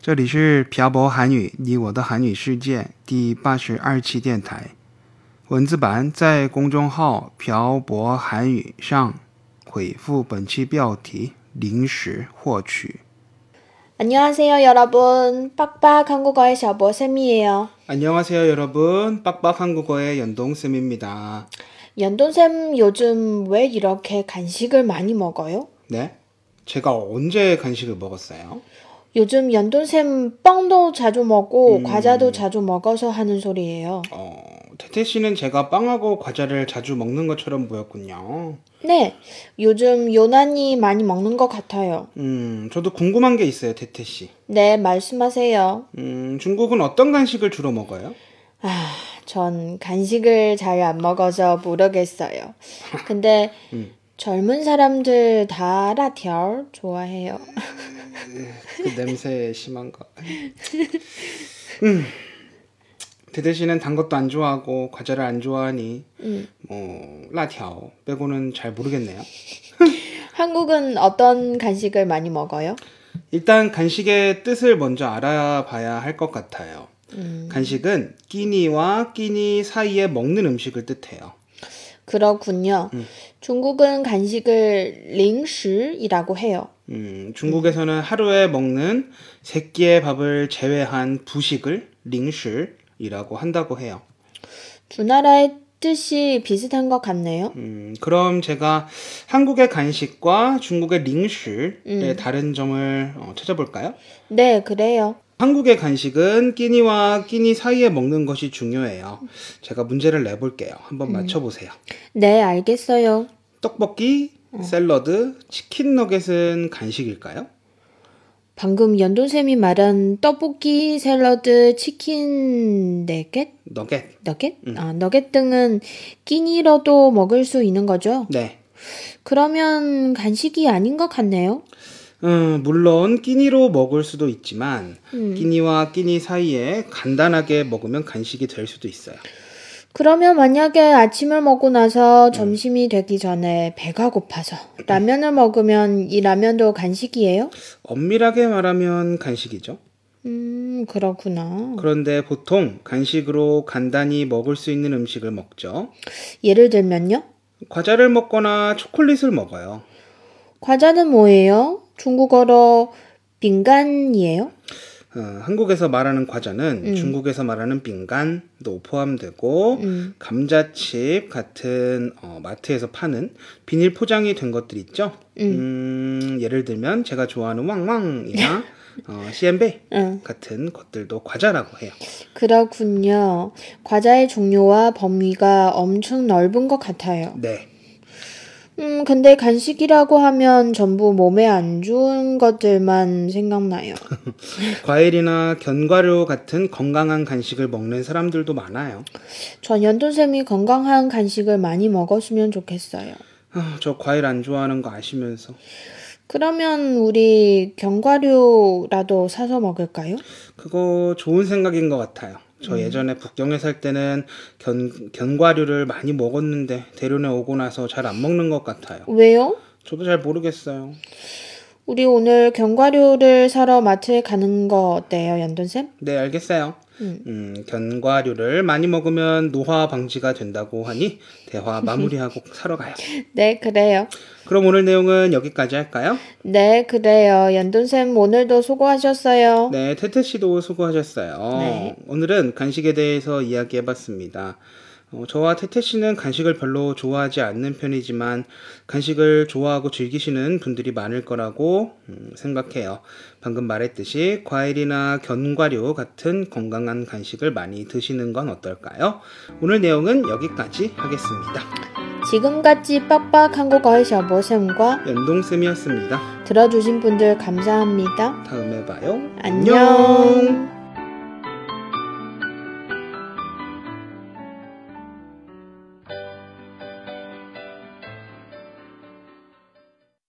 这里是朴博韩语，你我的韩语世界第八十二期电台，文字版在公众号“朴博韩语”上回复本期标题“临时获取 안녕하세요 여러분. 빡빡 한국어의 샤보 쌤이에요. ”。 안녕하세요여러분빡빡한국어의연동쌤입니다 연돈 쌤 요즘 왜 이렇게 간식을 많이 먹어요? 네, 제가 언제 간식을 먹었어요? 요즘 연돈 쌤 빵도 자주 먹고 과자도 자주 먹어서 하는 소리예요. 어, 태태 씨는 제가 빵하고 과자를 자주 먹는 것처럼 보였군요. 네, 요즘 요난히 많이 먹는 것 같아요. 음, 저도 궁금한 게 있어요, 태태 씨. 네, 말씀하세요. 음, 중국은 어떤 간식을 주로 먹어요? 아, 전 간식을 잘 안 먹어서 모르겠어요. 근데 젊은 사람들 다 라条 좋아해요. 그 냄새 심한가? 음, 태태 씨는 그 단 것도 안 좋아하고 과자를 안 좋아하니 뭐 라条 빼고는 잘 모르겠네요. 한국은 어떤 간식을 많이 먹어요? 일단 간식의 뜻을 먼저 알아봐야 할 것 같아요. 간식은 끼니와 끼니 사이에 먹는 음식을 뜻해요. 그렇군요. 중국은 간식을 링시이라고 해요. 음, 중국에서는 하루에 먹는 세 끼의 밥을 제외한 부식을 링슐이라고 한다고 해요. 두 나라의 뜻이 비슷한 것 같네요. 음, 그럼 제가 한국의 간식과 중국의 링슐의 다른 점을 어, 찾아볼까요? 네, 그래요. 한국의 간식은 끼니와 끼니 사이에 먹는 것이 중요해요. 제가 문제를 내볼게요. 한번 맞춰보세요. 네, 알겠어요. 떡볶이, 샐러드, 치킨 너겟은 간식일까요? 방금 연돈쌤이 말한 떡볶이, 샐러드, 치킨, 네겟? 너겟. 너겟? 아, 너겟 등은 끼니로도 먹을 수 있는 거죠? 네, 그러면 간식이 아닌 것 같네요. 음, 물론 끼니로 먹을 수도 있지만 끼니와 끼니 사이에 간단하게 먹으면 간식이 될 수도 있어요. 그러면 만약에 아침을 먹고 나서 점심이 되기 전에 배가 고파서 라면을 먹으면 이 라면도 간식이에요? 엄밀하게 말하면 간식이죠. 음, 그렇구나. 그런데 보통 간식으로 간단히 먹을 수 있는 음식을 먹죠. 예를 들면요? 과자를 먹거나 초콜릿을 먹어요. 과자는 뭐예요? 중국어로 빙간이에요? 어, 한국에서 말하는 과자는 중국에서 말하는 빙간도 포함되고 음. 감자칩 같은 어, 마트에서 파는 비닐 포장이 된 것들 있죠. 음, 예를 들면 제가 좋아하는 왕왕이나 어, 시엠베이 응. 같은 것들도 과자라고 해요. 그렇군요. 과자의 종류와 범위가 엄청 넓은 것 같아요. 네. 음, 근데 간식이라고 하면 전부 몸에 안 좋은 것들만 생각나요. 과일이나 견과류 같은 건강한 간식을 먹는 사람들도 많아요. 전 연돈쌤이 건강한 간식을 많이 먹었으면 좋겠어요. 아, 저 과일 안 좋아하는 거 아시면서. 그러면 우리 견과류라도 사서 먹을까요? 그거 좋은 생각인 것 같아요. 저 예전에 북경에 살 때는 견, 견과류를 많이 먹었는데 대련에 오고 나서 잘 안 먹는 것 같아요. 왜요? 저도 잘 모르겠어요. 우리 오늘 견과류를 사러 마트에 가는 거 어때요, 연돈쌤? 네, 알겠어요. 음, 견과류를 많이 먹으면 노화 방지가 된다고 하니 대화 마무리하고 사러 가요. 네, 그래요. 그럼 오늘 내용은 여기까지 할까요? 네, 그래요. 연돈쌤 오늘도 수고하셨어요. 네, 태태 씨도 수고하셨어요. 네. 오늘은 간식에 대해서 이야기해봤습니다. 어, 저와 태태 씨는 간식을 별로 좋아하지 않는 편이지만 간식을 좋아하고 즐기시는 분들이 많을 거라고 음, 생각해요. 방금 말했듯이 과일이나 견과류 같은 건강한 간식을 많이 드시는 건 어떨까요? 오늘 내용은 여기까지 하겠습니다. 지금까지 빡빡 한국어의 샤보쌤과 연동쌤이었습니다. 들어주신 분들 감사합니다. 다음에 봐요. 안녕.